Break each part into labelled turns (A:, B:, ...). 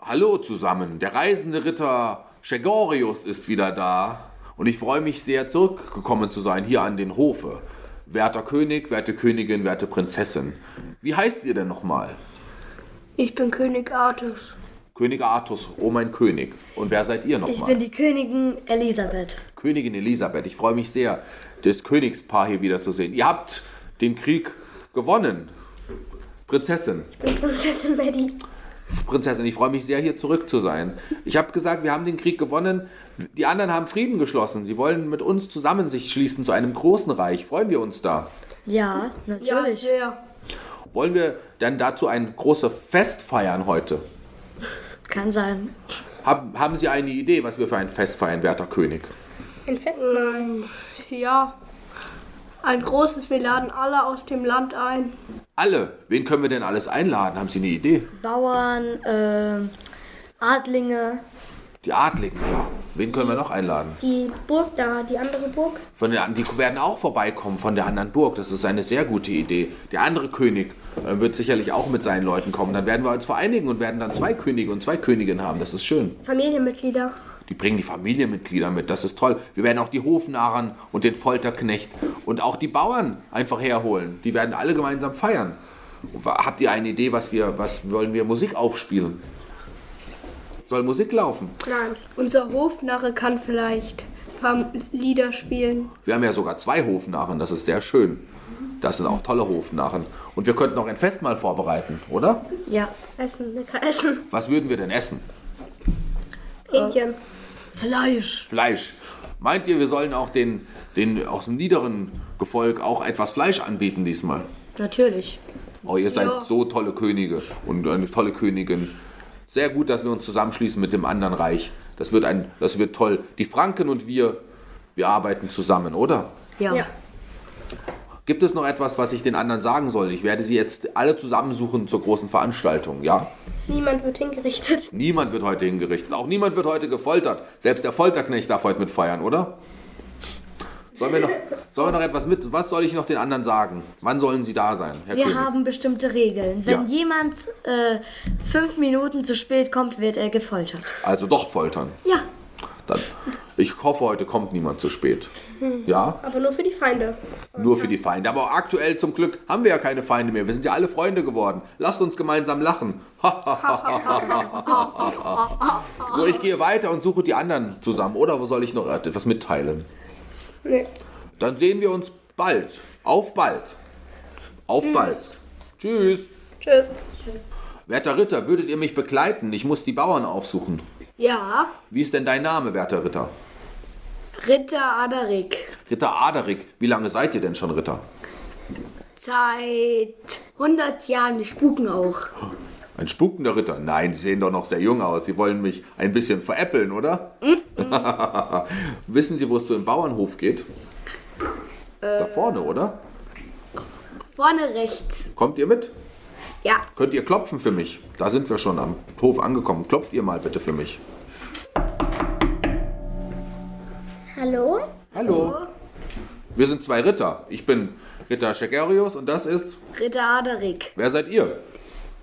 A: Hallo zusammen, der reisende Ritter Schegorius ist wieder da und ich freue mich sehr, zurückgekommen zu sein hier an den Hofe. Werter König, werte Königin, werte Prinzessin, wie heißt ihr denn nochmal?
B: Ich bin König Artus.
A: König Artus, oh mein König. Und wer seid ihr
C: Ich
A: nochmal?
C: bin die Königin Elisabeth.
A: Königin Elisabeth, ich freue mich sehr, das Königspaar hier wiederzusehen. Ihr habt den Krieg gewonnen. Prinzessin,
C: Ich bin Prinzessin Maddie.
A: Prinzessin, ich freue mich sehr, hier zurück zu sein. Ich habe gesagt, wir haben den Krieg gewonnen. Die anderen haben Frieden geschlossen. Sie wollen mit uns zusammen sich schließen zu einem großen Reich. Freuen wir uns da.
C: Ja,
B: Ja,
C: natürlich.
B: sehr.
A: Wollen wir denn dazu ein großes Fest feiern heute?
C: Kann sein.
A: Haben, haben Sie eine Idee, was wir für ein Fest feiern, werter König?
D: Ein Fest.
B: Ähm, Ja. Ein großes, wir laden alle aus dem Land ein.
A: Alle. Wen können wir denn alles einladen? Haben Sie eine Idee?
C: Bauern, ähm, Adlinge,
A: Die Adligen, ja. Wen können wir noch einladen?
D: Die Burg da, die andere Burg.
A: Von der, die werden auch vorbeikommen von der anderen Burg. Das ist eine sehr gute Idee. Der andere König äh, wird sicherlich auch mit seinen Leuten kommen. Dann werden wir uns vereinigen und werden dann zwei Könige und zwei Königinnen haben. Das ist schön.
D: Familienmitglieder.
A: Die bringen die Familienmitglieder mit. Das ist toll. Wir werden auch die Hofnarren und den Folterknecht und auch die Bauern einfach herholen. Die werden alle gemeinsam feiern. Habt ihr eine Idee, was wir, was wollen wir Musik aufspielen? Soll Musik laufen?
D: Nein.
B: Unser Hofnarre kann vielleicht ein paar Lieder spielen.
A: Wir haben ja sogar zwei Hofnarren, das ist sehr schön. Das sind auch tolle Hofnarren. Und wir könnten auch ein Festmahl vorbereiten, oder?
C: ja,
D: Essen, lecker Essen.
A: Was würden wir denn essen?
D: Hähnchen.
C: Fleisch.
A: Fleisch. Meint ihr, wir sollen auch den, den aus dem niederen Gefolg auch etwas Fleisch anbieten diesmal?
C: Natürlich.
A: Oh, ihr seid
B: Ja.
A: so tolle Könige und eine tolle Königin. Sehr gut, dass wir uns zusammenschließen mit dem anderen Reich. Das wird, ein, das wird toll. Die Franken und wir, wir arbeiten zusammen, oder?
C: Ja.
D: Ja.
A: Gibt es noch etwas, was ich den anderen sagen soll? Ich werde sie jetzt alle zusammensuchen zur großen Veranstaltung, ja?
D: Niemand wird hingerichtet.
A: Niemand wird heute hingerichtet. Auch niemand wird heute gefoltert. Selbst der Folterknecht darf heute mitfeiern, oder? Sollen wir noch, sollen wir noch etwas mit? Was soll ich noch den anderen sagen? Wann sollen sie da sein, Herr
C: Wir
A: König?
C: haben bestimmte Regeln. Wenn
A: Ja.
C: jemand äh, fünf Minuten zu spät kommt, wird er gefoltert.
A: Also doch foltern.
C: Ja.
A: Dann. Ich hoffe, heute kommt niemand zu spät. Ja,
D: Aber nur für die Feinde.
A: nur für die Feinde. Aber aktuell zum Glück haben wir ja keine Feinde mehr. Wir sind ja alle Freunde geworden. Lasst uns gemeinsam lachen. so, ich gehe weiter und suche die anderen zusammen. Oder wo soll ich noch etwas mitteilen?
D: Nee.
A: Dann sehen wir uns bald. Auf bald. Auf bald. Tschüss.
D: Tschüss.
A: Werter Ritter, würdet ihr mich begleiten? Ich muss die Bauern aufsuchen.
B: Ja.
A: Wie ist denn dein Name, werter Ritter?
B: Ritter Adaric.
A: Ritter Aderik, wie lange seid ihr denn schon Ritter?
B: Seit 100 Jahren, die spuken auch.
A: Ein spukender Ritter? Nein, sie sehen doch noch sehr jung aus. Sie wollen mich ein bisschen veräppeln, oder? Wissen Sie, wo es zu dem Bauernhof geht? da vorne, oder?
B: Vorne rechts.
A: Kommt ihr mit?
B: Ja.
A: Könnt ihr klopfen für mich? Da sind wir schon am Hof angekommen. Klopft ihr mal bitte für mich.
D: Hallo?
A: Hallo. Wir sind zwei Ritter. Ich bin Ritter Schegerius und das ist.
B: Ritter Adaric.
A: Wer seid ihr?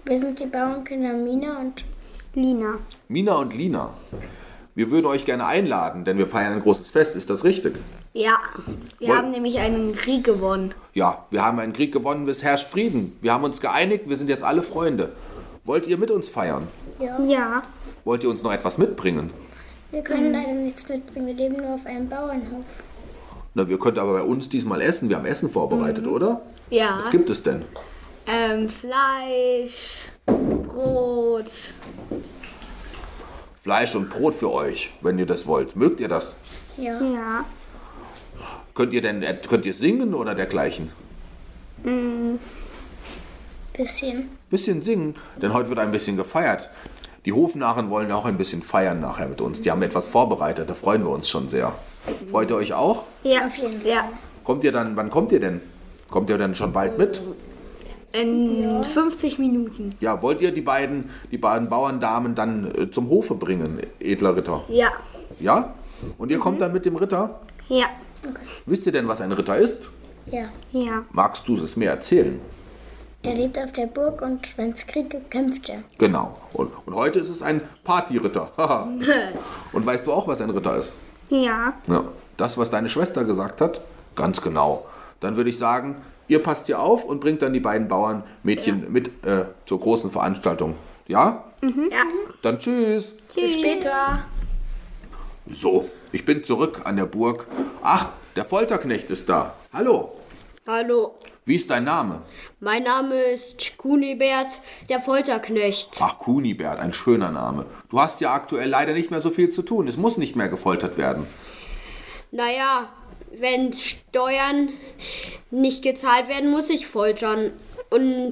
D: Wir sind die Bauernkinder Mina und Lina.
A: Mina und Lina. Wir würden euch gerne einladen, denn wir feiern ein großes Fest. Ist das richtig?
B: Ja. Wir
A: Woll-
B: haben nämlich einen Krieg gewonnen.
A: Ja, wir haben einen Krieg gewonnen, es herrscht Frieden. Wir haben uns geeinigt, wir sind jetzt alle Freunde. Wollt ihr mit uns feiern?
D: Ja.
A: Wollt ihr uns noch etwas mitbringen?
D: Wir können leider nichts mitbringen. Wir leben nur auf einem Bauernhof.
A: Na, wir könnt aber bei uns diesmal essen. Wir haben Essen vorbereitet, oder?
B: Mhm. Ja.
A: Was gibt es denn?
B: Ähm, Fleisch, Brot.
A: Fleisch und Brot für euch, wenn ihr das wollt. Mögt ihr das?
D: Ja.
A: Könnt ihr denn äh, könnt ihr singen oder dergleichen?
D: Bisschen.
A: bisschen singen, denn heute wird ein bisschen gefeiert. Die Hofnarren wollen auch ein bisschen feiern nachher mit uns. Die haben etwas vorbereitet, da freuen wir uns schon sehr. Freut ihr euch auch?
D: Ja. Auf jeden Fall.
B: Ja.
A: Kommt ihr dann, wann kommt ihr denn? Kommt ihr denn schon bald mit?
B: In 50 Minuten.
A: Ja, wollt ihr die beiden, die beiden Bauerndamen dann äh, zum Hofe bringen, edler Ritter?
B: Ja.
A: Ja? Und ihr kommt dann mit dem Ritter?
D: Mhm. Ja.
A: Wisst ihr denn, was ein Ritter ist?
D: Ja. Ja.
A: Magst du es mir erzählen?
D: Der lebt auf der Burg und wenn's Krieg gibt, kämpft er.
A: Genau. Und, und heute ist es ein Partyritter. Haha. und weißt du auch, was ein Ritter ist?
D: Ja.
A: Ja. Das, was deine Schwester gesagt hat? Ganz genau. Dann würde ich sagen, ihr passt hier auf und bringt dann die beiden Bauernmädchen mit äh, zur großen Veranstaltung. Ja?
D: Mhm. Ja.
A: Dann tschüss.
D: Bis später.
A: So, ich bin zurück an der Burg. Ach, der Folterknecht ist da. Hallo.
E: Hallo,
A: Wie ist dein Name?
E: mein Name ist Kunibert, der Folterknecht.
A: Ach, Kunibert, ein schöner Name. Du hast ja aktuell leider nicht mehr so viel zu tun. Es muss nicht mehr gefoltert werden.
E: Naja, wenn Steuern nicht gezahlt werden, muss ich foltern. Und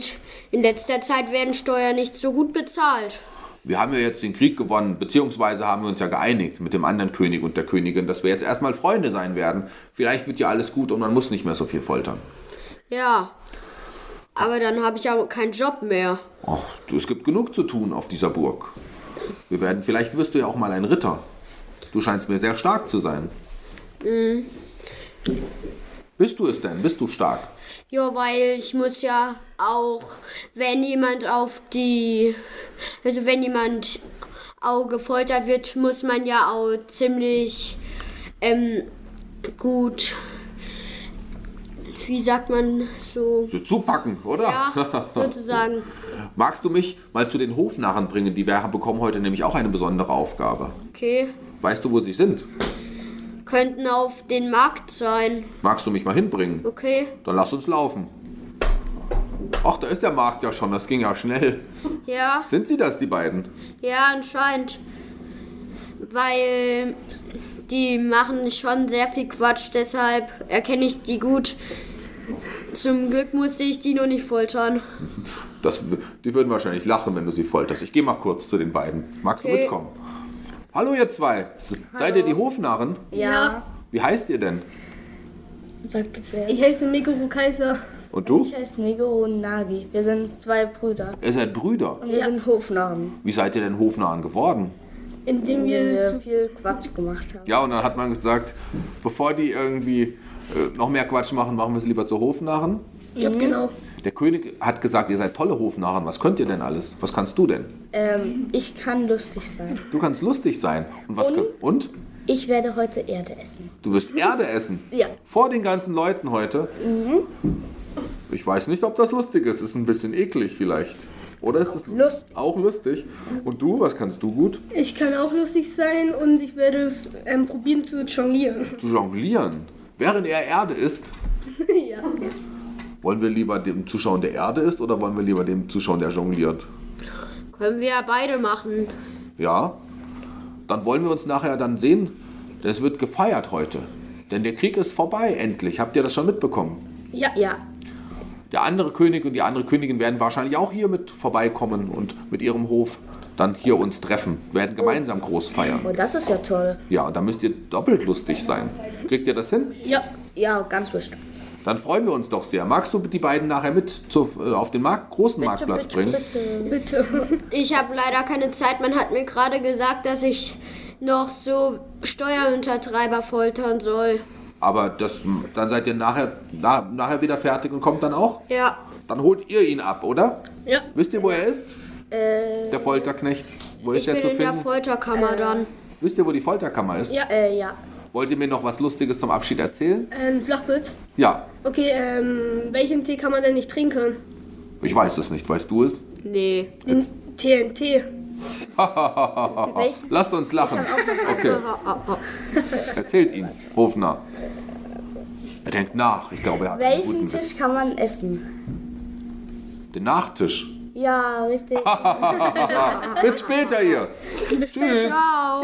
E: in letzter Zeit werden Steuern nicht so gut bezahlt.
A: Wir haben ja jetzt den Krieg gewonnen, beziehungsweise haben wir uns ja geeinigt mit dem anderen König und der Königin, dass wir jetzt erstmal Freunde sein werden. Vielleicht wird ja alles gut und man muss nicht mehr so viel foltern.
E: Ja, aber dann habe ich ja keinen Job mehr.
A: Ach, du, es gibt genug zu tun auf dieser Burg. Wir werden, vielleicht wirst du ja auch mal ein Ritter. Du scheinst mir sehr stark zu sein. Bist du es denn? Bist du stark?
E: Ja, weil ich muss ja auch, wenn jemand auf die, also wenn jemand auch gefoltert wird, muss man ja auch ziemlich ähm, gut, wie sagt man so,
A: So zupacken, oder?
E: ja, sozusagen.
A: Magst du mich mal zu den Hofnarren bringen? Die wir bekommen heute nämlich auch eine besondere Aufgabe.
E: Okay,
A: Weißt du, wo sie sind?
E: könnten auf den Markt sein.
A: Magst du mich mal hinbringen?
E: Okay,
A: Dann lass uns laufen. Ach, da ist der Markt ja schon, das ging ja schnell.
E: ja,
A: Sind sie das, die beiden?
E: ja, anscheinend, weil die machen schon sehr viel Quatsch, deshalb erkenne ich die gut. Zum Glück musste ich die nur nicht foltern.
A: das w- die würden wahrscheinlich lachen, wenn du sie folterst. Ich gehe mal kurz zu den beiden. Magst du
E: Okay.
A: mitkommen? Hallo ihr zwei. S- Seid ihr die Hofnarren?
C: Ja.
A: Wie heißt ihr denn?
C: Sagt es wer.
F: Ich heiße Meguru Kaiser.
A: Und du?
C: Ich heiße Migo und Nagi. Wir sind zwei Brüder.
A: Ihr seid Brüder.
C: Und wir sind Hofnarren,
A: Wie seid ihr denn Hofnarren geworden?
C: indem
F: Indem wir.
C: wir viel Quatsch gemacht haben.
A: Ja, und dann hat man gesagt, bevor die irgendwie äh, noch mehr Quatsch machen, machen wir es lieber zu Hofnarren.
F: Ja, genau.
A: Der König hat gesagt, ihr seid tolle Hofnarren. Was könnt ihr denn alles? Was kannst du denn?
C: Ähm, ich kann lustig sein.
A: Du kannst lustig sein. Und was kann, und?
C: Ich werde heute Erde essen.
A: Du wirst Erde essen.
C: Ja.
A: Vor den ganzen Leuten heute. Ich weiß nicht, ob das lustig ist. Ist ein bisschen eklig vielleicht. Oder ist es
C: lustig.
A: auch lustig? Und du, was kannst du gut?
F: Ich kann auch lustig sein und ich werde ähm, probieren zu jonglieren.
A: Zu jonglieren. Während er Erde ist.
F: ja.
A: Wollen wir lieber dem zuschauen, der Erde ist, oder wollen wir lieber dem zuschauen, der jongliert?
E: Können wir ja beide machen.
A: Ja. Dann wollen wir uns nachher dann sehen. Das wird gefeiert heute. Denn der Krieg ist vorbei, endlich. Habt ihr das schon mitbekommen?
F: Ja.
C: Ja.
A: Der andere König und die andere Königin werden wahrscheinlich auch hier mit vorbeikommen und mit ihrem Hof dann hier uns treffen, werden gemeinsam groß feiern.
C: Oh, das ist ja toll.
A: Ja, und da müsst ihr doppelt lustig sein. Kriegt ihr das hin?
F: Ja.
C: Ja, ganz bestimmt.
A: Dann freuen wir uns doch sehr. Magst du die beiden nachher mit zur, äh, auf den Markt, großen Marktplatz bringen?
F: Bitte.
E: Ich habe leider keine Zeit. Man hat mir gerade gesagt, dass ich noch so Steuerhintertreiber foltern soll.
A: Aber das, dann seid ihr nachher, na, nachher wieder fertig und kommt dann auch?
E: Ja,
A: Dann holt ihr ihn ab, oder?
F: Ja.
A: Wisst ihr, wo er ist? Der Folterknecht. Wo ist
E: Äh, ich
A: der
E: bin
A: zu
E: in der
A: finden?
E: Folterkammer dann.
A: Wisst ihr, wo die Folterkammer ist?
F: Ja.
C: Äh, ja.
A: Wollt ihr mir noch was Lustiges zum Abschied erzählen?
F: Ein Flachwitz.
A: Ja,
F: Okay, ähm, welchen Tee kann man denn nicht trinken?
A: Ich weiß es nicht, weißt du es?
E: Nee.
F: Den TNT.
A: Lasst uns lachen. Ah, Okay,
E: Ah,
A: erzählt ihn, Hofner. Er denkt nach. Ich glaube, er hat einen
C: Welchen
A: guten Witz.
C: Tisch kann man essen?
A: Den Nachtisch.
C: Ja, richtig.
A: Bis später ihr. Tschüss.
F: Ciao.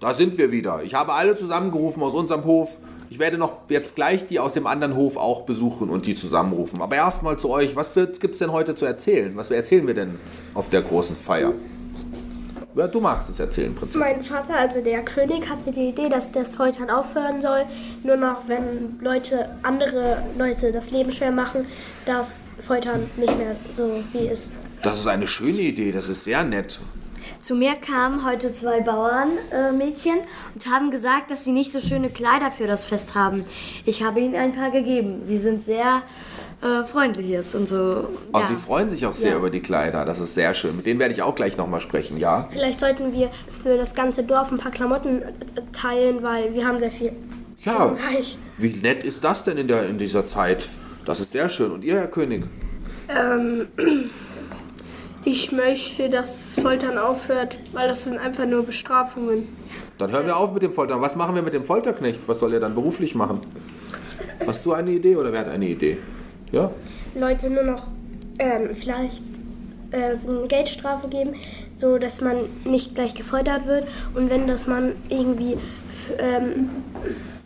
A: Da sind wir wieder. Ich habe alle zusammengerufen aus unserem Hof. Ich werde noch jetzt gleich die aus dem anderen Hof auch besuchen und die zusammenrufen. Aber erstmal zu euch. Was gibt es denn heute zu erzählen? Was erzählen wir denn auf der großen Feier? Ja, du magst es erzählen, Prinzessin.
F: Mein Vater, also der König, hatte die Idee, dass das Foltern aufhören soll. Nur noch, wenn Leute, andere Leute das Leben schwer machen, dass Foltern nicht mehr so wie ist.
A: Das ist eine schöne Idee. Das ist sehr nett.
C: Zu mir kamen heute zwei Bauernmädchen äh, und haben gesagt, dass sie nicht so schöne Kleider für das Fest haben. Ich habe ihnen ein paar gegeben. Sie sind sehr äh, freundlich ist und so.
A: Und
C: ja.
A: sie freuen sich auch sehr über die Kleider. Das ist sehr schön. Mit denen werde ich auch gleich nochmal sprechen, ja?
F: Vielleicht sollten wir für das ganze Dorf ein paar Klamotten äh, teilen, weil wir haben sehr viel.
A: Ja.
F: Reich.
A: Wie nett ist das denn in, der, in dieser Zeit? Das ist sehr schön. Und ihr, Herr König?
B: Ich möchte, dass das Foltern aufhört, weil das sind einfach nur Bestrafungen.
A: Dann hören wir auf mit dem Foltern. Was machen wir mit dem Folterknecht? Was soll er dann beruflich machen? Hast du eine Idee oder wer hat eine Idee? Ja?
F: Leute nur noch ähm, vielleicht äh, so eine Geldstrafe geben, so dass man nicht gleich gefoltert wird. Und wenn das man irgendwie f- ähm,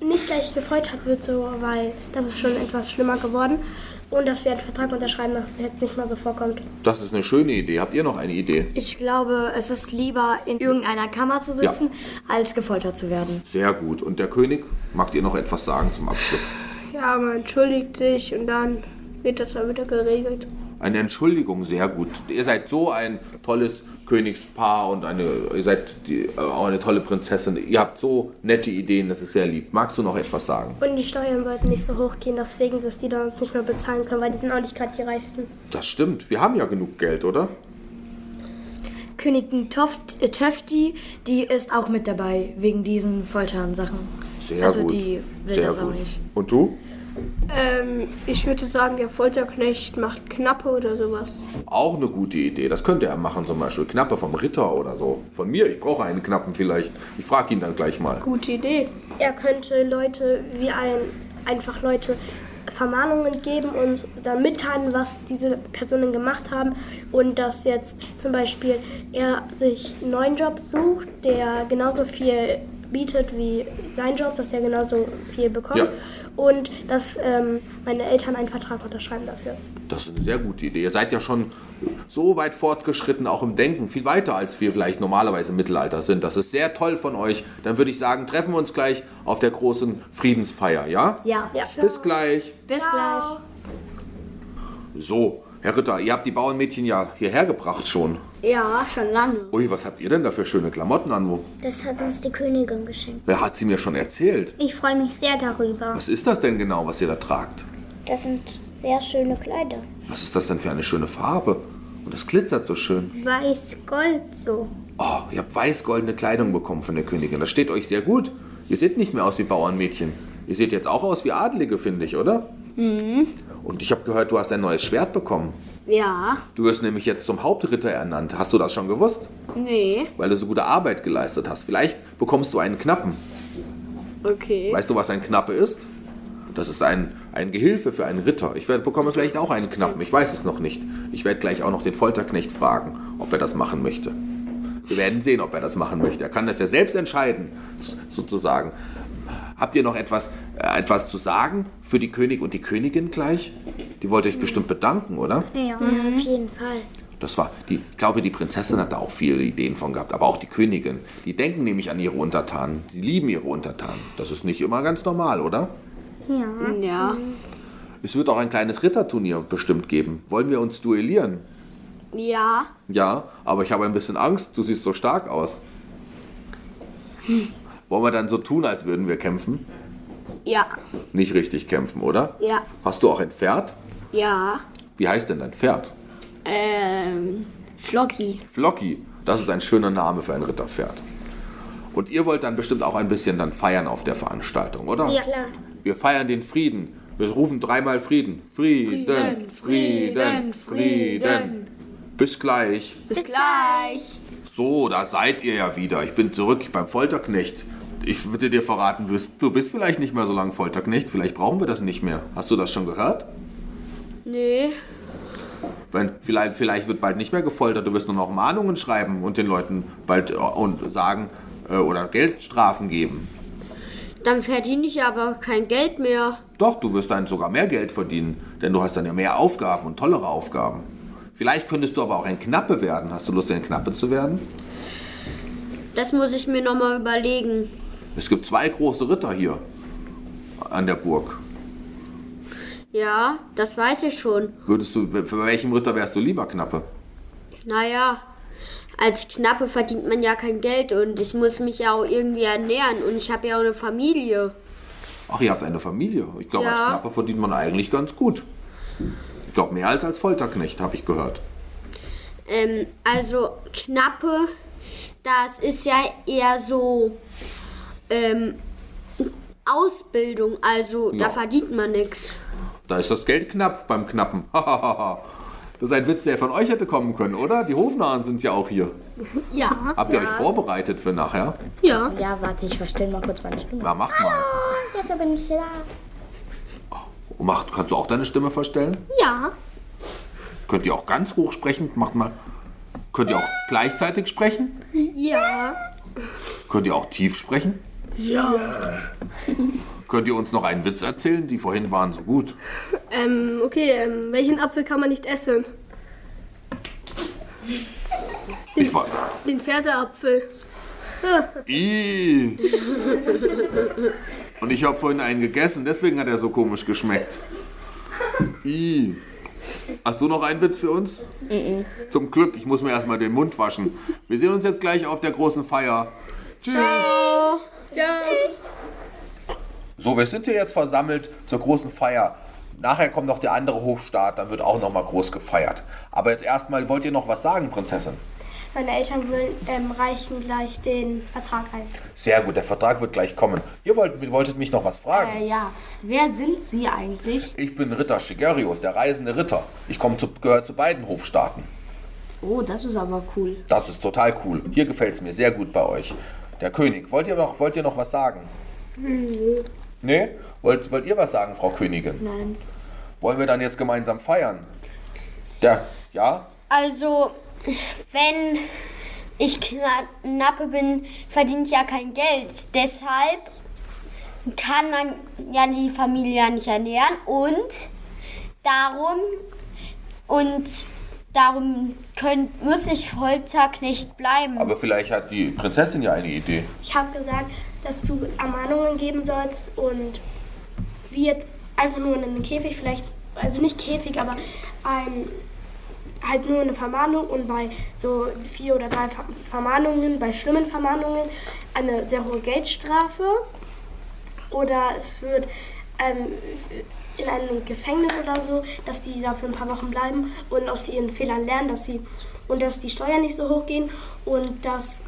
F: nicht gleich gefoltert wird, so weil das ist schon etwas schlimmer geworden. Und dass wir einen Vertrag unterschreiben, dass es jetzt nicht mal so vorkommt.
A: Das ist eine schöne Idee. Habt ihr noch eine Idee?
C: Ich glaube, es ist lieber in irgendeiner Kammer zu sitzen, als gefoltert zu werden.
A: Sehr gut. Und der König, mag ihr noch etwas sagen zum Abschluss?
B: Ja, man entschuldigt sich und dann wird das dann wieder geregelt.
A: Eine Entschuldigung, sehr gut. Ihr seid so ein tolles Königspaar und eine, ihr seid die, äh, auch eine tolle Prinzessin. Ihr habt so nette Ideen, das ist sehr lieb. Magst du noch etwas sagen?
F: Und die Steuern sollten nicht so hoch gehen, deswegen, dass die da uns nicht mehr bezahlen können, weil die sind auch nicht gerade die Reichsten.
A: Das stimmt. Wir haben ja genug Geld, oder?
C: Königin Toft, äh, Töfti, die ist auch mit dabei, wegen diesen Foltern-Sachen.
A: Sehr
C: Also
A: gut.
C: die will
A: sehr
C: das auch
A: gut.
C: nicht.
A: Und du?
B: Ähm, ich würde sagen, der Folterknecht macht Knappe oder sowas.
A: Auch eine gute Idee. Das könnte er machen, zum Beispiel. Knappe vom Ritter oder so. Von mir, ich brauche einen Knappen vielleicht. Ich frage ihn dann gleich mal.
B: Gute Idee.
F: Er könnte Leute wie ein, einfach Leute Vermahnungen geben und dann mitteilen, was diese Personen gemacht haben und dass jetzt zum Beispiel er sich einen neuen Job sucht, der genauso viel bietet wie sein Job, dass er genauso viel bekommt
A: Ja.
F: und dass ähm, meine Eltern einen Vertrag unterschreiben dafür.
A: Das ist eine sehr gute Idee. Ihr seid ja schon so weit fortgeschritten, auch im Denken, viel weiter als wir vielleicht normalerweise im Mittelalter sind. Das ist sehr toll von euch. Dann würde ich sagen, treffen wir uns gleich auf der großen Friedensfeier, ja?
C: Ja,
F: Ja.
A: Bis gleich.
C: bis gleich.
A: So, Herr Ritter, ihr habt die Bauernmädchen ja hierher gebracht schon.
E: Ja, schon lange.
A: Ui, was habt ihr denn da für schöne Klamotten an? Wo-
D: Das hat uns die Königin geschenkt.
A: Wer hat sie mir schon erzählt?
D: Ich freue mich sehr darüber.
A: Was ist das denn genau, was ihr da tragt?
D: Das sind sehr schöne Kleider.
A: Was ist das denn für eine schöne Farbe? Und es glitzert so schön.
D: Weiß, Gold so.
A: Oh, ihr habt weiß-goldene Kleidung bekommen von der Königin. Das steht euch sehr gut. Ihr seht nicht mehr aus wie Bauernmädchen. Ihr seht jetzt auch aus wie Adlige, finde ich, oder? Mhm. Und ich habe gehört, du hast ein neues Schwert bekommen.
E: Ja,
A: Du wirst nämlich jetzt zum Hauptritter ernannt. Hast du das schon gewusst?
E: nee,
A: Weil du so gute Arbeit geleistet hast. Vielleicht bekommst du einen Knappen.
E: okay.
A: Weißt du, was ein Knappe ist? Das ist ein, ein Gehilfe für einen Ritter. Ich werd, bekomme vielleicht auch einen Knappen. Ich weiß es noch nicht. Ich werde gleich auch noch den Folterknecht fragen, ob er das machen möchte. Wir werden sehen, ob er das machen möchte. Er kann das ja selbst entscheiden, s- sozusagen. Habt ihr noch etwas, äh, etwas zu sagen für die König und die Königin gleich? Die wollte euch bestimmt bedanken, oder?
D: Ja.
F: Auf jeden Fall.
A: Das war, die, ich glaube, die Prinzessin hat da auch viele Ideen von gehabt, aber auch die Königin. Die denken nämlich an ihre Untertanen. Sie lieben ihre Untertanen. Das ist nicht immer ganz normal, oder?
D: Ja.
E: Ja,
A: Es wird auch ein kleines Ritterturnier bestimmt geben. Wollen wir uns duellieren?
E: ja,
A: Ja, aber ich habe ein bisschen Angst. Du siehst so stark aus. Wollen wir dann so tun, als würden wir kämpfen?
E: ja,
A: Nicht richtig kämpfen, oder?
E: ja,
A: Hast du auch ein Pferd?
E: ja.
A: Wie heißt denn dein Pferd?
E: Ähm, Flocky.
A: Flocky. Das ist ein schöner Name für ein Ritterpferd. Und ihr wollt dann bestimmt auch ein bisschen dann feiern auf der Veranstaltung, oder?
D: Ja.
F: Klar.
A: Wir feiern den Frieden. Wir rufen dreimal Frieden. Frieden, Frieden, Frieden.
E: Frieden, Frieden.
A: Bis gleich.
E: Bis gleich.
A: So, da seid ihr ja wieder. Ich bin zurück beim Folterknecht. Ich würde dir verraten, du bist, du bist vielleicht nicht mehr so lange Folterknecht. Vielleicht brauchen wir das nicht mehr. Hast du das schon gehört?
E: Nee,
A: Wenn, vielleicht, vielleicht wird bald nicht mehr gefoltert. Du wirst nur noch Mahnungen schreiben und den Leuten bald äh, und sagen äh, oder Geldstrafen geben.
E: dann verdiene ich aber kein Geld mehr.
A: Doch, du wirst dann sogar mehr Geld verdienen, denn du hast dann ja mehr Aufgaben und tollere Aufgaben. Vielleicht könntest du aber auch ein Knappe werden. Hast du Lust, ein Knappe zu werden?
E: Das muss ich mir nochmal überlegen.
A: Es gibt zwei große Ritter hier an der Burg.
E: Ja, das weiß ich schon.
A: Würdest du, für welchen Ritter wärst du lieber Knappe?
E: Naja, als Knappe verdient man ja kein Geld und ich muss mich ja auch irgendwie ernähren und ich habe ja auch eine Familie.
A: Ach, ihr habt eine Familie. Ich glaube, als
E: Ja.
A: Knappe verdient man eigentlich ganz gut. Ich glaube, mehr als als Folterknecht, habe ich gehört.
E: Ähm, also Knappe, das ist ja eher so ähm, Ausbildung, also
A: Ja.
E: da verdient man nichts.
A: Da ist das Geld knapp beim Knappen. das ist ein Witz, der von euch hätte kommen können, oder? Die Hofnarren sind ja auch hier.
C: Ja.
A: Habt ihr euch vorbereitet für nachher?
C: Ja.
D: Ja, warte, ich verstelle mal kurz meine Stimme.
A: Na, macht mal.
D: Jetzt aber nicht da.
A: Macht, Oh, kannst du auch deine Stimme verstellen?
C: Ja.
A: Könnt ihr auch ganz hoch sprechen? Macht mal. Könnt ihr auch gleichzeitig sprechen?
C: Ja.
A: Könnt ihr auch tief sprechen? Ja. Könnt ihr uns noch einen Witz erzählen? Die vorhin waren so gut.
B: Ähm, okay, ähm, welchen Apfel kann man nicht essen?
A: Ich war.
B: Den Pferdeapfel.
A: Ih. Und ich habe vorhin einen gegessen, deswegen hat er so komisch geschmeckt. Ih. Hast du noch einen Witz für uns? Zum Glück, ich muss mir erstmal den Mund waschen. Wir sehen uns jetzt gleich auf der großen Feier. Tschüss. So, wir sind hier jetzt versammelt zur großen Feier. Nachher kommt noch der andere Hofstaat, dann wird auch noch mal groß gefeiert. Aber jetzt erstmal wollt ihr noch was sagen, Prinzessin?
F: Meine Eltern wollen, ähm, reichen gleich den Vertrag ein.
A: Sehr gut, der Vertrag wird gleich kommen. Ihr wollt, wolltet mich noch was fragen?
G: Ja, wer sind Sie eigentlich?
A: Ich bin Ritter Shigerius, der reisende Ritter. Ich komme zu, gehöre zu beiden Hofstaaten.
G: Oh, das ist aber cool.
A: Das ist total cool. Hier gefällt es mir sehr gut bei euch. Der König, wollt ihr noch, wollt ihr noch was sagen? Nee? Wollt, wollt ihr was sagen, Frau Königin? Nein. Wollen wir dann jetzt gemeinsam feiern? Der, ja?
E: Also, wenn ich Knappe bin, verdiene ich ja kein Geld. Deshalb kann man ja die Familie ja nicht ernähren und darum und darum können, muss ich Folterknecht bleiben.
A: Aber vielleicht hat die Prinzessin ja eine Idee.
F: Ich habe gesagt, dass du Ermahnungen geben sollst und wie jetzt einfach nur in einem Käfig, vielleicht, also nicht Käfig, aber ein, halt nur eine Vermahnung und bei so vier oder drei Ver Vermahnungen, bei schlimmen Vermahnungen, eine sehr hohe Geldstrafe oder es wird ähm, in einem Gefängnis oder so, dass die da für ein paar Wochen bleiben und aus ihren Fehlern lernen, dass sie und dass die Steuern nicht so hoch gehen und dass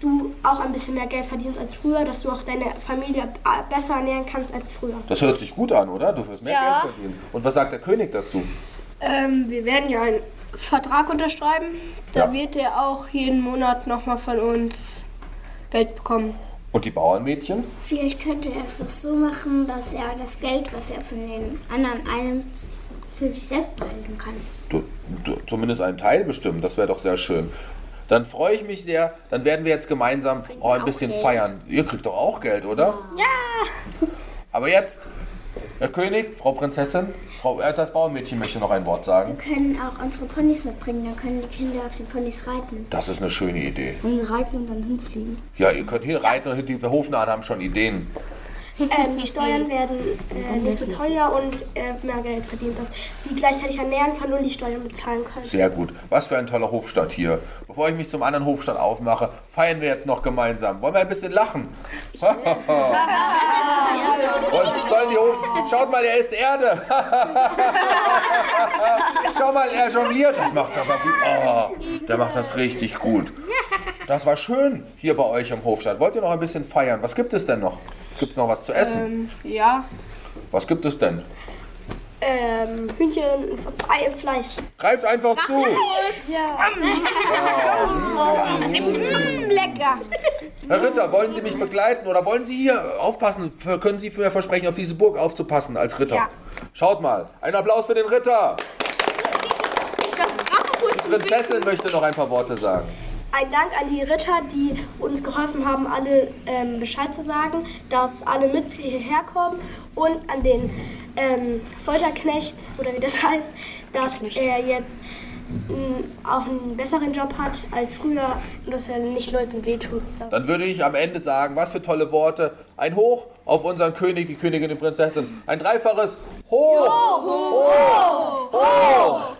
F: du auch ein bisschen mehr Geld verdienst als früher, dass du auch deine Familie äh, besser ernähren kannst als früher.
A: Das hört sich gut an, oder? Du wirst mehr
E: Ja.
A: Geld verdienen. Und was sagt der König dazu?
B: Ähm, wir werden ja einen Vertrag unterschreiben. Da
A: Ja.
B: wird er auch jeden Monat nochmal von uns Geld bekommen.
A: Und die Bauernmädchen?
D: Vielleicht könnte er es doch so machen, dass er das Geld, was er von den anderen einnimmt, für sich selbst behalten kann.
A: Du, du, zumindest einen Teil bestimmen, das wäre doch sehr schön. Dann freue ich mich sehr. Dann werden wir jetzt gemeinsam oh, ein bisschen feiern. Ihr kriegt doch auch Geld, oder? Ja! Aber jetzt, Herr König, Frau Prinzessin, Frau äh, das Bauernmädchen möchte noch ein Wort sagen.
D: Wir können auch unsere Ponys mitbringen, dann können die Kinder auf den Ponys reiten.
A: Das ist eine schöne Idee.
D: Und reiten und dann hinfliegen.
A: Ja, ihr könnt hier reiten und die Hofnahen haben schon Ideen.
F: Ähm, die Steuern werden äh, nicht so teuer und äh, mehr Geld verdient, dass sie gleichzeitig ernähren können und die Steuern bezahlen können.
A: Sehr gut. Was für ein toller Hofstadt hier. Bevor ich mich zum anderen Hofstadt aufmache, feiern wir jetzt noch gemeinsam. Wollen wir ein bisschen lachen? Und sollen die Hof... Schaut mal, der ist Erde. Schau mal, er jongliert. Das macht er aber gut. Oh, der macht das richtig gut. Das war schön hier bei euch im Hofstadt. Wollt ihr noch ein bisschen feiern? Was gibt es denn noch? Gibt es noch was zu essen?
B: Ähm, ja.
A: Was gibt es denn?
F: Ähm, Hühnchen, F- Ei, Fleisch.
A: Greift einfach zu.
B: Lecker.
A: Herr Ritter, wollen Sie mich begleiten oder wollen Sie hier aufpassen? F- Können Sie mir versprechen, auf diese Burg aufzupassen als Ritter? Schaut mal, ein Applaus für den Ritter. Die Prinzessin möchte noch ein paar Worte sagen.
F: Ein Dank an die Ritter, die uns geholfen haben, alle ähm, Bescheid zu sagen, dass alle mit hierher kommen und an den ähm, Folterknecht oder wie das heißt, dass er jetzt mh, auch einen besseren Job hat als früher und dass er nicht Leuten wehtut. Das-
A: Dann würde ich am Ende sagen, was für tolle Worte. Ein Hoch auf unseren König, die Königin, die Prinzessin. Ein dreifaches Hoch. Hoch. Hoch.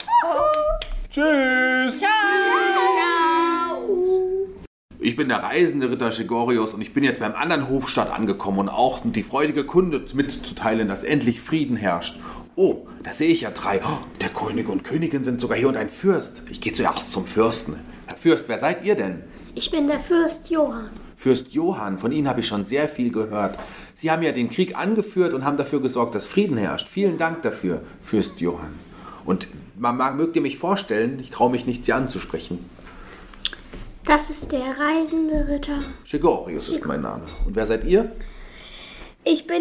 A: Tschüss. Ich bin der reisende Ritter Gregorius und ich bin jetzt beim anderen Hofstaat angekommen und auch die freudige Kunde mitzuteilen, dass endlich Frieden herrscht Oh, da sehe ich ja drei. Oh, der König und Königin sind sogar hier und ein Fürst. Ich gehe zuerst zum Fürsten. Herr Fürst, wer seid ihr denn?
D: Ich bin der Fürst Johann.
A: Fürst Johann, von Ihnen habe ich schon sehr viel gehört. Sie haben ja den Krieg angeführt und haben dafür gesorgt, dass Frieden herrscht. Vielen Dank dafür, Fürst Johann. Und man mag, mögt ihr mich vorstellen, ich traue mich nicht, Sie anzusprechen.
D: Das ist der reisende Ritter.
A: Gregorius ist mein Name. Und wer seid ihr?
D: Ich bin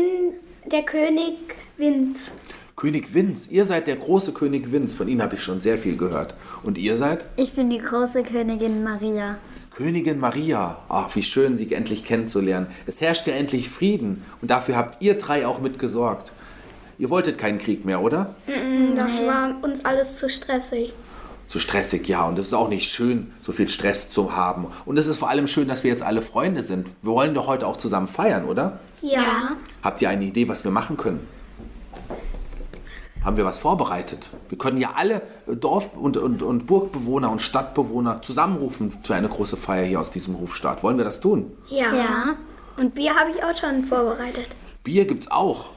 D: der König Vinz.
A: König Vinz. Ihr seid der große König Vinz. Von Ihnen habe ich schon sehr viel gehört. Und ihr seid?
C: Ich bin die große Königin Maria.
A: Königin Maria. Ach, wie schön, sie endlich kennenzulernen. Es herrscht ja endlich Frieden. Und dafür habt ihr drei auch mitgesorgt. Ihr wolltet keinen Krieg mehr, oder?
D: Das war uns alles zu stressig.
A: So stressig, ja. Und es ist auch nicht schön, so viel Stress zu haben. Und es ist vor allem schön, dass wir jetzt alle Freunde sind. Wir wollen doch heute auch zusammen feiern, oder?
D: Ja.
A: Habt ihr eine Idee, was wir machen können? Haben wir was vorbereitet? Wir können ja alle äh, Dorf- und, und, und Burgbewohner und Stadtbewohner zusammenrufen zu einer großen Feier hier aus diesem Hofstaat. Wollen wir das tun?
D: Ja. Und Bier habe ich auch schon vorbereitet.
A: Bier gibt's auch.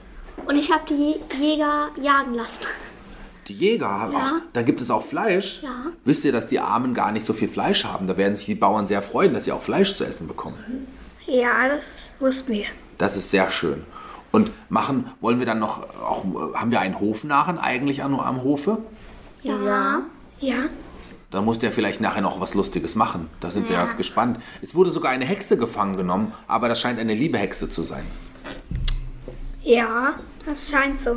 D: Und ich habe die Jäger jagen lassen.
A: Die Jäger haben auch. Da gibt es auch Fleisch.
D: Ja.
A: Wisst ihr, dass die Armen gar nicht so viel Fleisch haben? Da werden sich die Bauern sehr freuen, dass sie auch Fleisch zu essen bekommen.
D: Ja, das wussten wir.
A: Das ist sehr schön. Und machen, wollen wir dann noch, auch, haben wir einen Hofnarren eigentlich am, am Hofe?
D: Ja.
A: Dann muss der vielleicht nachher noch was Lustiges machen. Da sind wir gespannt. Es wurde sogar eine Hexe gefangen genommen, aber das scheint eine liebe Hexe zu sein.
D: Ja, das scheint so.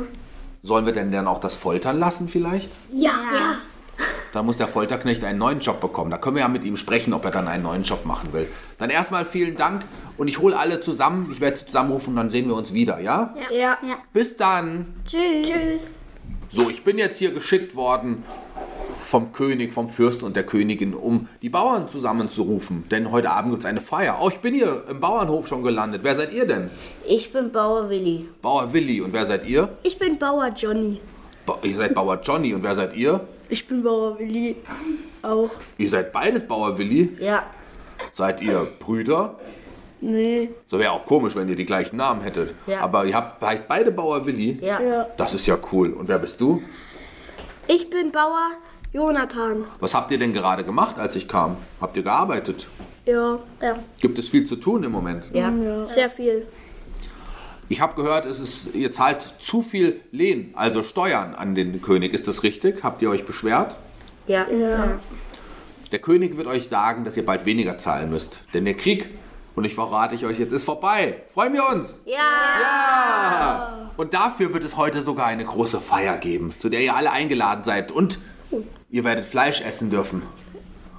A: Sollen wir denn dann auch das foltern lassen vielleicht?
D: Ja. ja.
A: Da muss der Folterknecht einen neuen Job bekommen. Da können wir ja mit ihm sprechen, ob er dann einen neuen Job machen will. Dann erstmal vielen Dank und ich hole alle zusammen. Ich werde zusammenrufen und dann sehen wir uns wieder, ja?
D: Ja.
A: Bis dann.
D: Tschüss.
A: So, ich bin jetzt hier geschickt worden vom König, vom Fürst und der Königin, um die Bauern zusammenzurufen. Denn heute Abend gibt es eine Feier. Oh, ich bin hier im Bauernhof schon gelandet. Wer seid ihr denn?
H: Ich bin Bauer Willi.
A: Bauer Willi. Und wer seid ihr?
G: Ich bin Bauer Johnny.
A: Ba ihr seid Bauer Johnny. Und wer seid ihr?
H: Ich bin Bauer Willi. Auch.
A: Ihr seid beides Bauer Willi.
H: Ja.
A: Seid ihr Brüder?
H: Nee.
A: So wäre auch komisch, wenn ihr die gleichen Namen hättet.
H: Ja.
A: Aber ihr habt, heißt beide Bauer Willi.
H: Ja.
A: Das ist ja cool. Und wer bist du?
B: Ich bin Bauer Jonathan.
A: Was habt ihr denn gerade gemacht, als ich kam? Habt ihr gearbeitet?
B: Ja, ja.
A: Gibt es viel zu tun im Moment?
H: Ja.
B: Sehr viel.
A: Ich habe gehört, es ist, ihr zahlt zu viel Lehen, also Steuern an den König. Ist das richtig? Habt ihr euch beschwert?
H: Ja.
A: Der König wird euch sagen, dass ihr bald weniger zahlen müsst. Denn der Krieg, und ich verrate ich euch jetzt, ist vorbei. Freuen wir uns! Ja! Ja! Und dafür wird es heute sogar eine große Feier geben, zu der ihr alle eingeladen seid. Und ihr werdet Fleisch essen dürfen.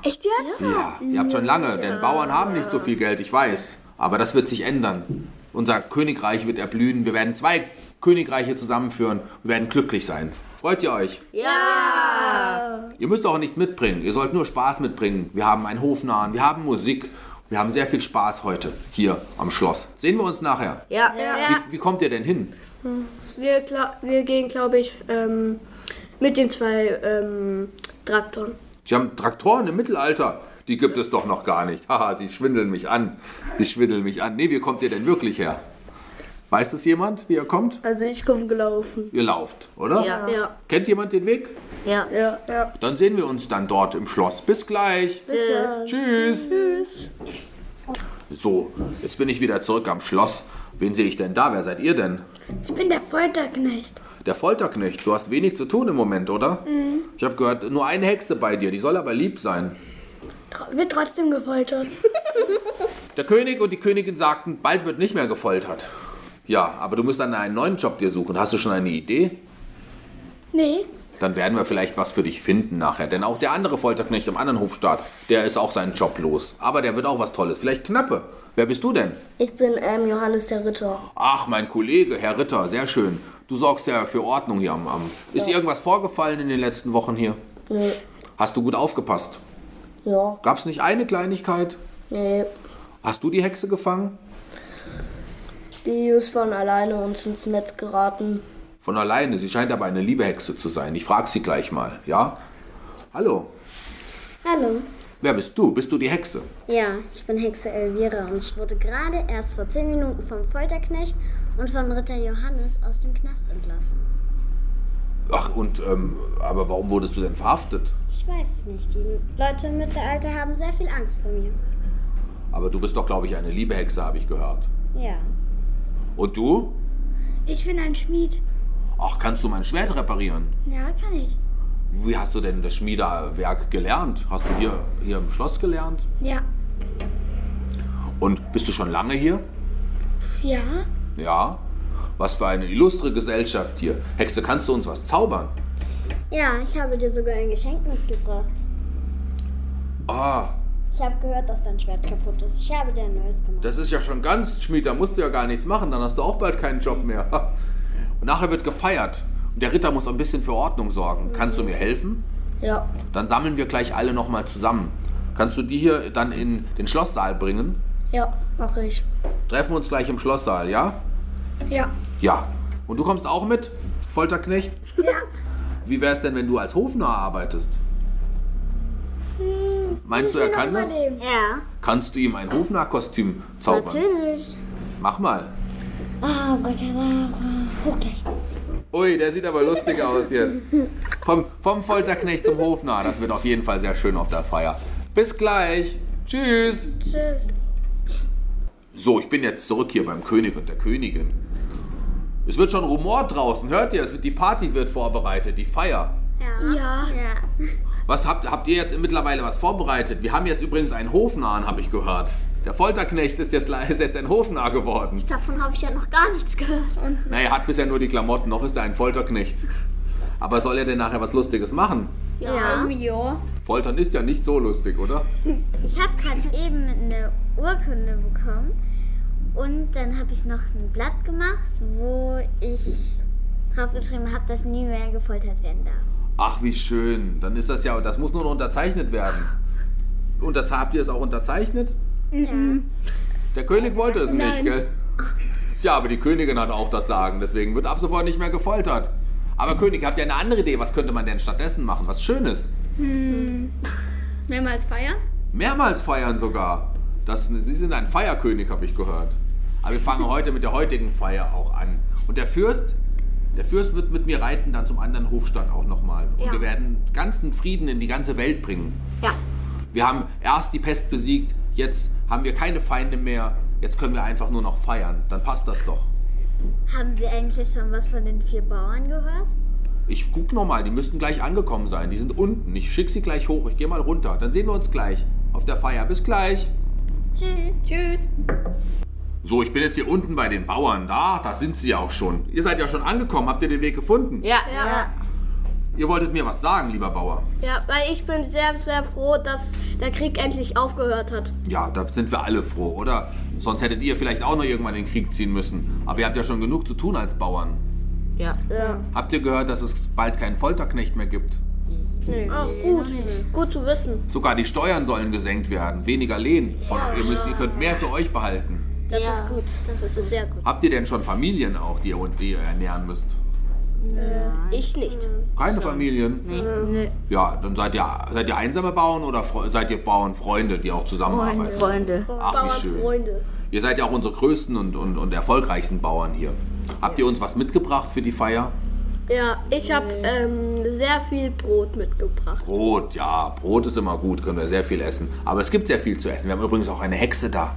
B: Echt jetzt?
A: Ja, ihr habt schon lange, denn Bauern haben nicht so viel Geld, ich weiß. Aber das wird sich ändern. Unser Königreich wird erblühen. Wir werden zwei Königreiche zusammenführen. Wir werden glücklich sein. Freut ihr euch? Ja! Ihr müsst auch nichts mitbringen. Ihr sollt nur Spaß mitbringen. Wir haben einen Hofnahen, wir haben Musik. Wir haben sehr viel Spaß heute hier am Schloss. Sehen wir uns nachher.
H: Ja.
A: Wie, wie kommt ihr denn hin?
B: Wir, gla- wir gehen, glaube ich, ähm, mit den zwei ähm, Traktoren.
A: Sie haben Traktoren im Mittelalter. Die gibt es doch noch gar nicht. Haha, sie schwindeln mich an. Sie schwindeln mich an. Nee, wie kommt ihr denn wirklich her? Weiß das jemand, wie ihr kommt?
B: Also ich komme gelaufen.
A: Ihr lauft, oder?
H: Ja.
B: Ja.
A: Kennt jemand den Weg?
H: Ja.
B: Ja. ja.
A: Dann sehen wir uns dann dort im Schloss. Bis gleich. Tschüss. So, jetzt bin ich wieder zurück am Schloss. Wen sehe ich denn da? Wer seid ihr denn?
D: Ich bin der Folterknecht.
A: Der Folterknecht. Du hast wenig zu tun im Moment, oder?
B: Mhm.
A: Ich habe gehört, nur eine Hexe bei dir. Die soll aber lieb sein.
D: Tr- Wird trotzdem gefoltert.
A: Der König und die Königin sagten, bald wird nicht mehr gefoltert. Ja, aber du musst dann einen neuen Job dir suchen. Hast du schon eine Idee?
D: Nee.
A: Dann werden wir vielleicht was für dich finden nachher. Denn auch der andere Folterknecht im anderen Hofstaat, der ist auch seinen Job los. Aber der wird auch was Tolles. Vielleicht Knappe. Wer bist du denn?
G: Ich bin ähm, Johannes der Ritter.
A: Ach, mein Kollege, Herr Ritter, sehr schön. Du sorgst ja für Ordnung hier am Amt. Ist dir irgendwas vorgefallen in den letzten Wochen hier?
G: Nee.
A: Hast du gut aufgepasst?
G: Ja.
A: Gab es nicht eine Kleinigkeit?
G: Nee.
A: Hast du die Hexe gefangen?
G: Die ist von alleine uns ins Netz geraten.
A: Von alleine. Sie scheint aber eine liebe Hexe zu sein. Ich frage sie gleich mal, ja? Hallo,
I: Hallo.
A: wer bist du? Bist du die Hexe?
I: Ja, ich bin Hexe Elvira und ich wurde gerade erst vor 10 Minuten vom Folterknecht und von Ritter Johannes aus dem Knast entlassen.
A: Ach, und, ähm, aber warum wurdest du denn verhaftet?
I: Ich weiß es nicht. Die Leute im Mittelalter haben sehr viel Angst vor mir.
A: Aber du bist doch, glaube ich, eine liebe Hexe, habe ich gehört.
I: Ja.
A: Und du?
D: Ich bin ein Schmied.
A: Ach, kannst du mein Schwert reparieren?
D: Ja, kann ich.
A: Wie hast du denn das Schmiedewerk gelernt? Hast du hier, hier im Schloss gelernt?
D: Ja.
A: Und bist du schon lange hier?
D: Ja?
A: Ja. Was für eine illustre Gesellschaft hier. Hexe, kannst du uns was zaubern?
I: Ja, ich habe dir sogar ein Geschenk mitgebracht.
A: Ah,
I: Ich habe gehört, dass dein Schwert kaputt ist. Ich habe dir ein neues gemacht.
A: das ist ja schon ganz Schmied, da musst du ja gar nichts machen, dann hast du auch bald keinen Job mehr. Und nachher wird gefeiert. Und der Ritter muss ein bisschen für Ordnung sorgen. Kannst du mir helfen?
G: Ja.
A: Dann sammeln wir gleich alle nochmal zusammen. Kannst du die hier dann in den Schlosssaal bringen?
G: Ja, mache ich.
A: Treffen wir uns gleich im Schlosssaal, ja?
D: Ja.
A: Ja. Und du kommst auch mit, Folterknecht? Ja. Wie wär's denn, wenn du als Hofnarr arbeitest?
G: Hm,
A: Meinst du, er kann das?
I: Ja,
A: Kannst du ihm ein Hofnarr-Kostüm zaubern?
I: natürlich.
A: Mach mal.
I: Abracadabra. Hoch gleich.
A: Ui, der sieht aber lustig aus jetzt. Vom, vom Folterknecht zum Hofnarr. Das wird auf jeden Fall sehr schön auf der Feier. Bis gleich. Tschüss. Tschüss. So, ich bin jetzt zurück hier beim König und der Königin. Es wird schon Rumor draußen, hört ihr? Es wird, die Party wird vorbereitet, die Feier.
I: Ja. Ja.
A: Was habt, habt ihr jetzt mittlerweile was vorbereitet? Wir haben jetzt übrigens einen Hofnarren, habe ich gehört. Der Folterknecht ist jetzt, le- ist jetzt ein Hofnarr geworden.
D: Davon habe ich ja noch gar nichts gehört. Und
A: Naja, hat bisher nur die Klamotten, noch ist er ein Folterknecht. Aber soll er denn nachher was Lustiges machen?
I: ja.
A: Foltern ist ja nicht so lustig, oder?
I: Ich habe gerade eben eine Urkunde bekommen und dann habe ich noch ein Blatt gemacht, wo ich draufgeschrieben habe, dass nie mehr gefoltert werden darf.
A: Ach, wie schön. Dann ist das ja, das muss nur noch unterzeichnet werden. Unterz habt ihr es auch unterzeichnet? Der König wollte es nicht, gell? Tja, aber die Königin hat auch das Sagen, deswegen wird ab sofort nicht mehr gefoltert. Aber König, habt ihr eine andere Idee? Was könnte man denn stattdessen machen? Was Schönes?
E: Mehrmals feiern?
A: Mehrmals feiern sogar. Das, Sie sind ein Feierkönig, habe ich gehört. Aber wir fangen heute mit der heutigen Feier auch an. Und der Fürst, der Fürst wird mit mir reiten dann zum anderen Hofstadt auch nochmal. Und wir werden ganzen Frieden in die ganze Welt bringen.
E: Ja.
A: Wir haben erst die Pest besiegt, jetzt haben wir keine Feinde mehr. Jetzt können wir einfach nur noch feiern. Dann passt das doch.
I: Haben Sie eigentlich schon was von den vier Bauern gehört?
A: Ich guck nochmal, die müssten gleich angekommen sein. Die sind unten. Ich schicke sie gleich hoch. Ich gehe mal runter. Dann sehen wir uns gleich auf der Feier. Bis gleich.
I: Tschüss.
E: Tschüss.
A: So, ich bin jetzt hier unten bei den Bauern. Da, da sind sie ja auch schon. Ihr seid ja schon angekommen. Habt ihr den Weg gefunden?
E: Ja.
A: Ihr wolltet mir was sagen, lieber Bauer.
B: Ja, weil ich bin sehr, sehr froh, dass der Krieg endlich aufgehört hat.
A: Ja, da sind wir alle froh, oder? Sonst hättet ihr vielleicht auch noch irgendwann in den Krieg ziehen müssen. Aber ihr habt ja schon genug zu tun als Bauern.
H: Ja.
A: Habt ihr gehört, dass es bald keinen Folterknecht mehr gibt?
B: Ach, gut, gut zu wissen.
A: Sogar die Steuern sollen gesenkt werden. Weniger Lehen. Von, ihr, müsst, ihr könnt mehr für euch behalten.
B: Das ist gut. Das, ist sehr gut.
A: Habt ihr denn schon Familien auch, die ihr, die ihr ernähren müsst?
B: Ich nicht.
A: Keine Familien? Ja, dann seid ihr, seid ihr einsame Bauern oder fre- seid ihr Bauernfreunde, die auch zusammenarbeiten?
H: Freunde.
A: Ach, wie schön.
B: Bauernfreunde.
A: Ihr seid ja auch unsere größten und, und, und erfolgreichsten Bauern hier. Habt ihr uns was mitgebracht für die Feier?
B: Ja, ich habe ähm, sehr viel Brot mitgebracht.
A: Brot, ja, Brot ist immer gut, können wir sehr viel essen. Aber es gibt sehr viel zu essen. Wir haben übrigens auch eine Hexe da.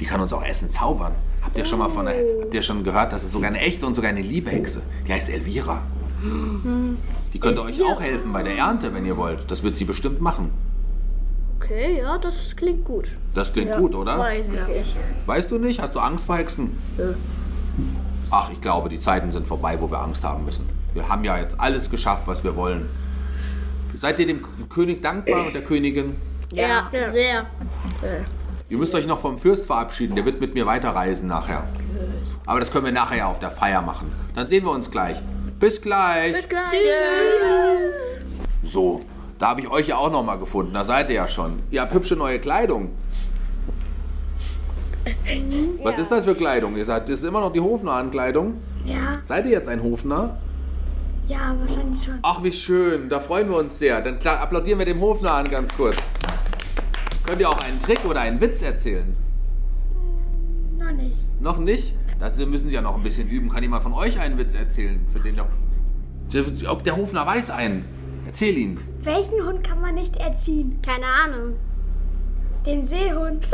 A: Die kann uns auch Essen zaubern. Habt ihr schon mal von der, habt ihr schon gehört, das ist sogar eine echte und sogar eine liebe Hexe. Die heißt Elvira. Die könnte euch auch helfen bei der Ernte, wenn ihr wollt. Das wird sie bestimmt machen.
B: Okay, ja, das klingt gut.
A: Das klingt gut, oder?
H: Weiß ich nicht.
A: Weißt du nicht? Hast du Angst vor Hexen? Ach, ich glaube, die Zeiten sind vorbei, wo wir Angst haben müssen. Wir haben ja jetzt alles geschafft, was wir wollen. Seid ihr dem König dankbar und der Königin?
B: Ja, sehr.
A: Ihr müsst euch noch vom Fürst verabschieden, der wird mit mir weiterreisen nachher. Aber das können wir nachher ja auf der Feier machen. Dann sehen wir uns gleich. Bis gleich. Bis gleich. Tschüss. So, da habe ich euch ja auch noch mal gefunden. Da seid ihr ja schon. Ihr habt hübsche neue Kleidung. Was ist das für Kleidung? Ihr seid, das ist immer noch die Hofnarrenkleidung.
D: Ja.
A: Seid ihr jetzt ein Hofnarr?
D: Ja, wahrscheinlich schon.
A: Ach, wie schön. Da freuen wir uns sehr. Dann kla- applaudieren wir dem Hofnarren ganz kurz. Könnt ihr auch einen Trick oder einen Witz erzählen?
D: Noch nicht.
A: Noch nicht? Dazu müssen Sie ja noch ein bisschen üben. Kann jemand von euch einen Witz erzählen, für den der Der, der Hofner weiß einen. Erzähl ihn.
D: Welchen Hund kann man nicht erziehen?
E: Keine Ahnung.
D: Den Seehund.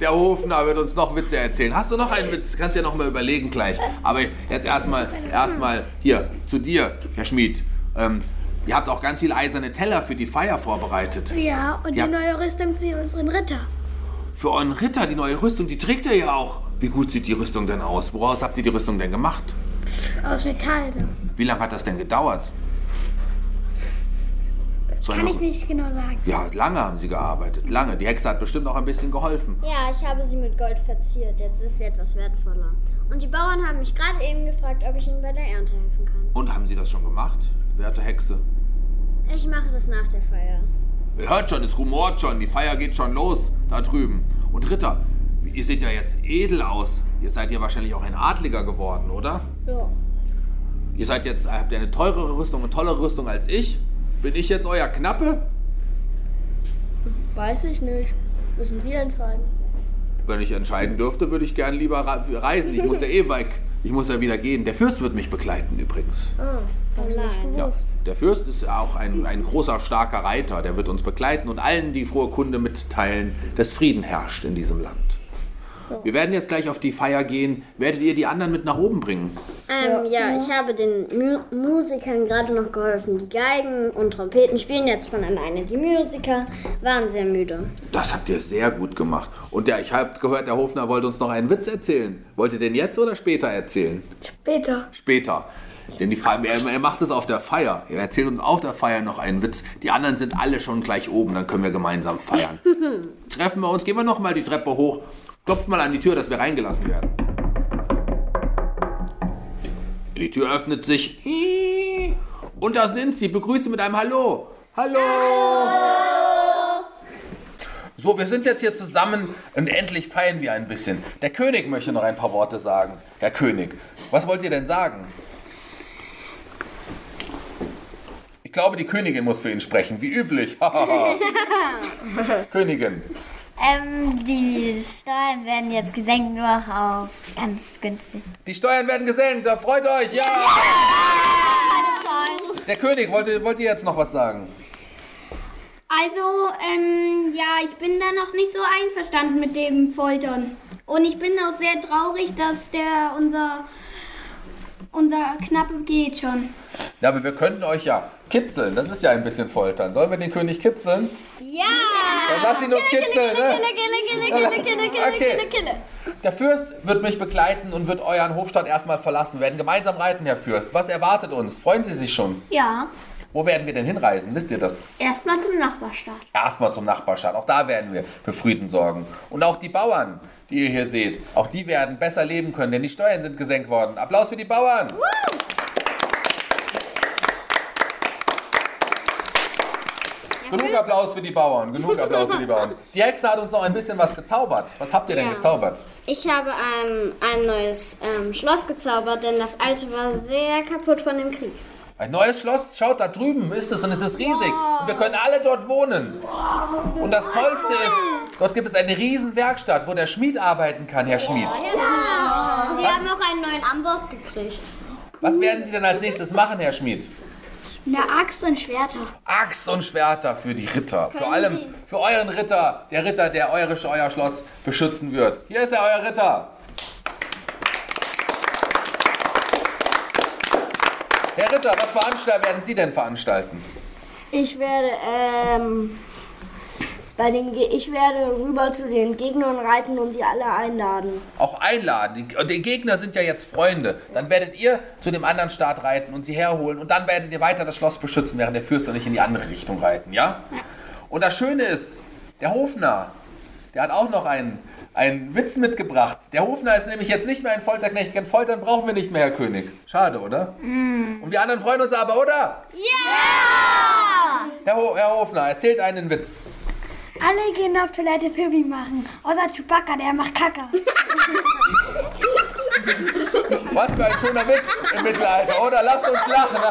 A: Der Hofner wird uns noch Witze erzählen. Hast du noch einen Witz? Kannst ja noch mal überlegen gleich. Aber jetzt erstmal erstmal hier zu dir, Herr Schmid. Ähm, ihr habt auch ganz viel eiserne Teller für die Feier vorbereitet.
D: Ja, und
A: Ja.
D: die neue Rüstung für unseren Ritter.
A: Für euren Ritter, die neue Rüstung, die trägt ihr ja auch. Wie gut sieht die Rüstung denn aus? Woraus habt ihr die Rüstung denn gemacht?
D: Aus Metall.
I: Genau.
A: Wie lange hat das denn gedauert? So
D: Kann
A: eine-
D: ich nicht genau sagen.
A: Ja, lange haben sie gearbeitet. Lange. Die Hexe hat bestimmt auch ein bisschen geholfen.
I: Ja, ich habe sie mit Gold verziert. Jetzt ist sie etwas wertvoller. Und die Bauern haben mich gerade eben gefragt, ob ich ihnen bei der Ernte helfen kann.
A: Und haben sie das schon gemacht, werte Hexe?
I: Ich mache das nach der Feier.
A: Ihr hört schon, es rumort schon, die Feier geht schon los da drüben. Und Ritter, ihr seht ja jetzt edel aus. Ihr seid ja wahrscheinlich auch ein Adliger geworden, oder? Ja. Ihr seid jetzt, habt ihr eine teurere Rüstung, eine tollere Rüstung als ich? Bin ich jetzt euer Knappe?
G: Weiß ich nicht. Müssen wir entscheiden.
A: Wenn ich entscheiden dürfte, würde ich gern lieber ra- reisen. Ich muss ja eh weg. Ich muss ja wieder gehen. Der Fürst wird mich begleiten übrigens. Ja, der Fürst ist auch ein, ein großer, starker Reiter. Der wird uns begleiten und allen die frohe Kunde mitteilen, dass Frieden herrscht in diesem Land. Wir werden jetzt gleich auf die Feier gehen. Werdet ihr die anderen mit nach oben bringen?
I: Ähm, ja, ich habe den Mu Musikern gerade noch geholfen. Die Geigen und Trompeten spielen jetzt von alleine. Die Musiker waren sehr müde.
A: Das habt ihr sehr gut gemacht. Und ja, ich habe gehört, der Hofner wollte uns noch einen Witz erzählen. Wollt ihr den jetzt oder später erzählen?
F: Später.
A: Später. Denn die Feier, er, er macht es auf der Feier. Er erzählt uns auf der Feier noch einen Witz. Die anderen sind alle schon gleich oben, dann können wir gemeinsam feiern. Treffen wir uns, gehen wir nochmal die Treppe hoch. Klopft mal an die Tür, dass wir reingelassen werden. Die Tür öffnet sich. Und da sind sie. Begrüße mit einem Hallo. Hallo. So, wir sind jetzt hier zusammen und endlich feiern wir ein bisschen. Der König möchte noch ein paar Worte sagen. Herr König, was wollt ihr denn sagen? Ich glaube, die Königin muss für ihn sprechen, wie üblich. Königin.
I: Ähm, die Steuern werden jetzt gesenkt, nur auf ganz günstig.
A: Die Steuern werden gesenkt, da freut euch, ja! Der König, wollt ihr, wollt ihr jetzt noch was sagen?
D: Also, ähm, ja, ich bin da noch nicht so einverstanden mit dem Foltern. Und ich bin auch sehr traurig, dass der unser unser Knappe geht schon.
A: Ja, aber wir könnten euch ja kitzeln, das ist ja ein bisschen foltern. Sollen wir den König kitzeln?
I: Ja!
A: Dann lass ihn uns kitzeln, ne?
I: Kille,
A: kille, kille, kille, Okay. kille, Der Fürst wird mich begleiten und wird euren Hofstadt erstmal verlassen. Wir werden gemeinsam reiten, Herr Fürst. Was erwartet uns? Freuen Sie sich schon?
D: Ja,
A: Wo werden wir denn hinreisen? Wisst ihr das?
D: erstmal zum Nachbarstaat.
A: Erstmal zum Nachbarstaat. Auch da werden wir für Frieden sorgen. Und auch die Bauern, die ihr hier seht, auch die werden besser leben können, denn die Steuern sind gesenkt worden. Applaus für die Bauern! Genug Applaus für die Bauern, genug Applaus für die Bauern. Die Hexe hat uns noch ein bisschen was gezaubert. Was habt ihr denn
I: Ja.
A: gezaubert?
I: Ich habe ähm, ein neues ähm, Schloss gezaubert, denn das alte war sehr kaputt von dem Krieg.
A: Ein neues Schloss, schaut da drüben ist es und es ist riesig. Und wir können alle dort wohnen. Und das Tollste ist, dort gibt es eine riesen Werkstatt, wo der Schmied arbeiten kann, Herr Schmied.
I: Sie haben auch einen neuen Amboss gekriegt.
A: Was werden Sie denn als nächstes machen, Herr Schmied?
D: Eine Axt und Schwerter.
A: Axt und Schwerter für die Ritter. Vor allem für euren Ritter, der Ritter, der eure, euer Schloss beschützen wird. Hier ist er, euer Ritter. Herr Ritter, was veranstalt werden Sie denn veranstalten?
G: Ich werde, ähm, bei den Ge ich werde rüber zu den Gegnern reiten und sie alle einladen.
A: auch einladen. Die, die Gegner sind ja jetzt Freunde. Dann werdet ihr zu dem anderen Staat reiten und sie herholen und dann werdet ihr weiter das Schloss beschützen, während der Fürst und ich in die andere Richtung reiten, ja? Und das Schöne ist, der Hofner, der hat auch noch einen, einen Witz mitgebracht. Der Hofner ist nämlich jetzt nicht mehr ein Folterknecht, denn Foltern brauchen wir nicht mehr, Herr König. Schade, oder? Und wir anderen freuen uns aber, oder? Ja! Herr, Ho Herr Hofner, erzählt einen Witz.
D: Alle gehen auf Toilette Pipi machen. Außer Chewbacca, der macht Kacke.
A: Was für ein schöner Witz im Mittelalter, oder? Lasst uns lachen.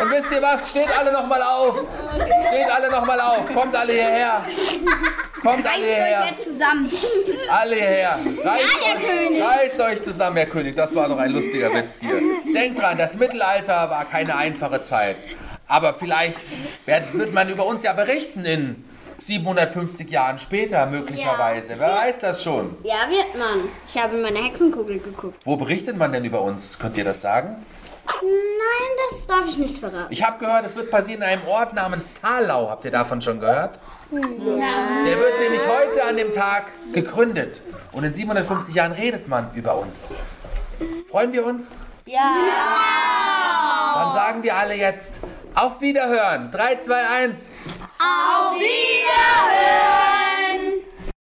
A: Und wisst ihr was? Steht alle nochmal auf. Steht alle nochmal auf. Kommt alle hierher. Kommt alle hierher.
D: jetzt zusammen.
A: Alle hierher. Reißt,
D: Ja, Herr König.
A: reißt euch zusammen, Herr König. Das war noch ein lustiger Witz hier. Denkt dran, das Mittelalter war keine einfache Zeit. Aber vielleicht werd, wird man über uns ja berichten in 750 Jahren später, möglicherweise. Wer weiß das schon?
I: Ja, wird man. Ich habe in meine Hexenkugel geguckt.
A: Wo berichtet man denn über uns? Könnt ihr das sagen?
I: Nein, das darf ich nicht verraten.
A: Ich habe gehört, es wird passieren in einem Ort namens Thalau. Habt ihr davon schon gehört? Nein. Der wird nämlich heute an dem Tag gegründet. Und in 750 Jahren redet man über uns. Freuen wir uns? Ja. Dann sagen wir alle jetzt auf Wiederhören. 3, 2, 1.
D: Auf Wiederhören!